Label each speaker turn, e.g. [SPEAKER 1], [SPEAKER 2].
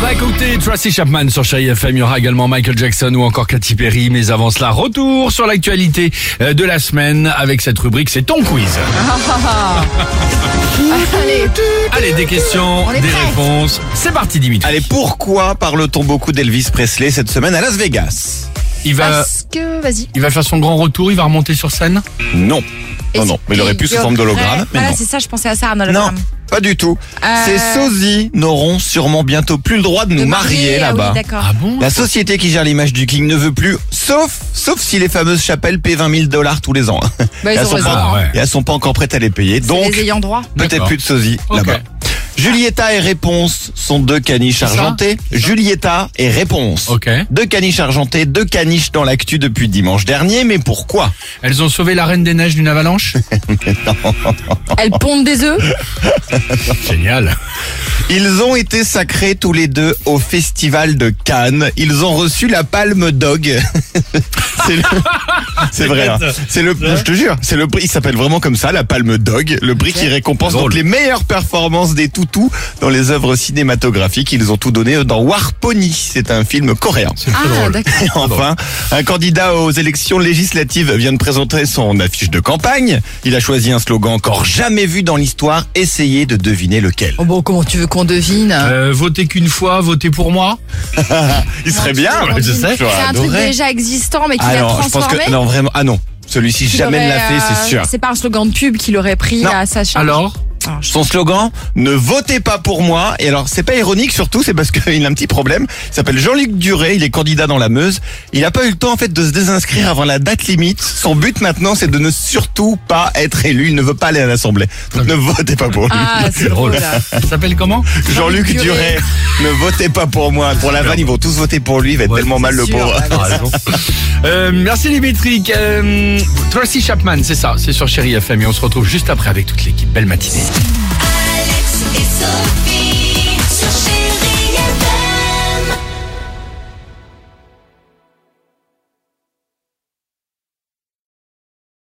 [SPEAKER 1] va écouter Tracy Chapman sur Chérie FM. Il y aura également Michael Jackson ou encore Katy Perry. Mais avant cela, retour sur l'actualité euh, de la semaine avec cette rubrique, c'est ton quiz.
[SPEAKER 2] Allez,
[SPEAKER 1] Allez, des questions,
[SPEAKER 2] On
[SPEAKER 1] des
[SPEAKER 2] est prêts.
[SPEAKER 1] réponses. C'est parti, Dimitri.
[SPEAKER 3] Allez, pourquoi parle-t-on beaucoup d'Elvis Presley cette semaine à Las Vegas
[SPEAKER 1] Ah, Il
[SPEAKER 3] Euh,
[SPEAKER 1] va,
[SPEAKER 2] parce que vas-y.
[SPEAKER 1] il va faire son grand retour. Il va remonter sur scène.
[SPEAKER 3] Non. Non, non, mais il aurait pu sous forme d'hologramme, mais
[SPEAKER 2] Voilà,
[SPEAKER 3] non.
[SPEAKER 2] c'est ça, je pensais à ça, un
[SPEAKER 3] Non,
[SPEAKER 2] hologramme.
[SPEAKER 3] pas du tout. Ces sosies n'auront sûrement bientôt plus le droit de nous
[SPEAKER 2] Euh, De
[SPEAKER 3] marier
[SPEAKER 2] ah
[SPEAKER 3] là-bas.
[SPEAKER 2] oui, d'accord.
[SPEAKER 1] Ah bon
[SPEAKER 3] La société qui gère l'image du King ne veut plus, sauf, sauf si les fameuses chapelles paient 20 000 dollars tous les ans.
[SPEAKER 2] Bah,
[SPEAKER 3] Et
[SPEAKER 2] ils
[SPEAKER 3] elles
[SPEAKER 2] ont
[SPEAKER 3] sont
[SPEAKER 2] raison.
[SPEAKER 3] pas-
[SPEAKER 1] Ah, ouais.
[SPEAKER 3] et elles sont pas encore prêtes à les payer.
[SPEAKER 2] C'est
[SPEAKER 3] Donc,
[SPEAKER 2] les ayants droit.
[SPEAKER 3] peut-être
[SPEAKER 1] D'accord.
[SPEAKER 3] plus de sosie
[SPEAKER 1] Ok.
[SPEAKER 3] là-bas. Julieta et Réponse sont deux caniches
[SPEAKER 1] C'est ça
[SPEAKER 3] argentées. Julieta et Réponse.
[SPEAKER 1] Ok.
[SPEAKER 3] Deux caniches argentées, deux caniches dans l'actu depuis dimanche dernier, mais pourquoi
[SPEAKER 1] Elles ont sauvé la Reine des Neiges d'une avalanche.
[SPEAKER 2] Elles pondent des œufs.
[SPEAKER 1] Génial.
[SPEAKER 3] Ils ont été sacrés tous les deux au festival de Cannes. Ils ont reçu la palme dog. c'est le- c'est vrai. hein. C'est le, je te jure, c'est le prix. Il s'appelle vraiment comme ça, la palme dog. Le prix qui récompense
[SPEAKER 1] Drôle.
[SPEAKER 3] donc les meilleures performances des toutous dans les œuvres cinématographiques. Ils ont tout donné dans Warpony. C'est un film coréen.
[SPEAKER 1] C'est très
[SPEAKER 2] Ah,
[SPEAKER 1] drôle.
[SPEAKER 2] d'accord.
[SPEAKER 3] Et enfin, un candidat aux élections législatives vient de présenter son affiche de campagne. Il a choisi un slogan encore jamais vu dans l'histoire. Essayez de deviner lequel.
[SPEAKER 2] Oh, bon, comment tu veux qu'on devine hein
[SPEAKER 1] Euh, votez qu'une fois, votez pour moi.
[SPEAKER 3] Il serait bien.
[SPEAKER 1] Ouais, je sais.
[SPEAKER 2] Ah, C'est un truc
[SPEAKER 3] J'adorais.
[SPEAKER 2] déjà existant, mais qui
[SPEAKER 3] Ah
[SPEAKER 2] l'a
[SPEAKER 3] non, je pense
[SPEAKER 2] transformé.
[SPEAKER 3] que non vraiment. Ah non, celui-ci
[SPEAKER 2] Qui
[SPEAKER 3] jamais ne l'a
[SPEAKER 2] aurait,
[SPEAKER 3] fait, c'est
[SPEAKER 2] euh,
[SPEAKER 3] sûr.
[SPEAKER 2] C'est pas un slogan de pub qu'il aurait pris
[SPEAKER 3] Non.
[SPEAKER 2] à sa charge.
[SPEAKER 1] Alors
[SPEAKER 2] Alors, je-
[SPEAKER 3] Son slogan Ne votez pas pour moi. Et alors, c'est pas ironique surtout, c'est parce qu'il a un petit problème. Il s'appelle Jean-Luc Duré, il est candidat dans la Meuse. Il n'a pas eu le temps en fait de se désinscrire avant la date limite. Son but maintenant, c'est de ne surtout pas être élu. Il ne veut pas aller à l'Assemblée. Donc, ne votez pas pour lui.
[SPEAKER 2] Ah, c'est
[SPEAKER 1] drôle.
[SPEAKER 2] drôle. là.
[SPEAKER 1] Ça s'appelle comment
[SPEAKER 3] Jean-Luc
[SPEAKER 2] Duré.
[SPEAKER 3] Duré, ne votez pas pour moi. Pour la vanne, ils vont tous voter pour lui. Il va être
[SPEAKER 1] Ouais, Ah,
[SPEAKER 3] tellement mal le
[SPEAKER 2] sûr,
[SPEAKER 3] pauvre.
[SPEAKER 2] ouais.
[SPEAKER 1] T'as raison. Euh, merci Dimitri. Euh, Tracy Chapman, c'est ça, c'est sur Chéri FM et on se retrouve juste après avec toute l'équipe. Belle matinée.
[SPEAKER 4] Alex et Sophie.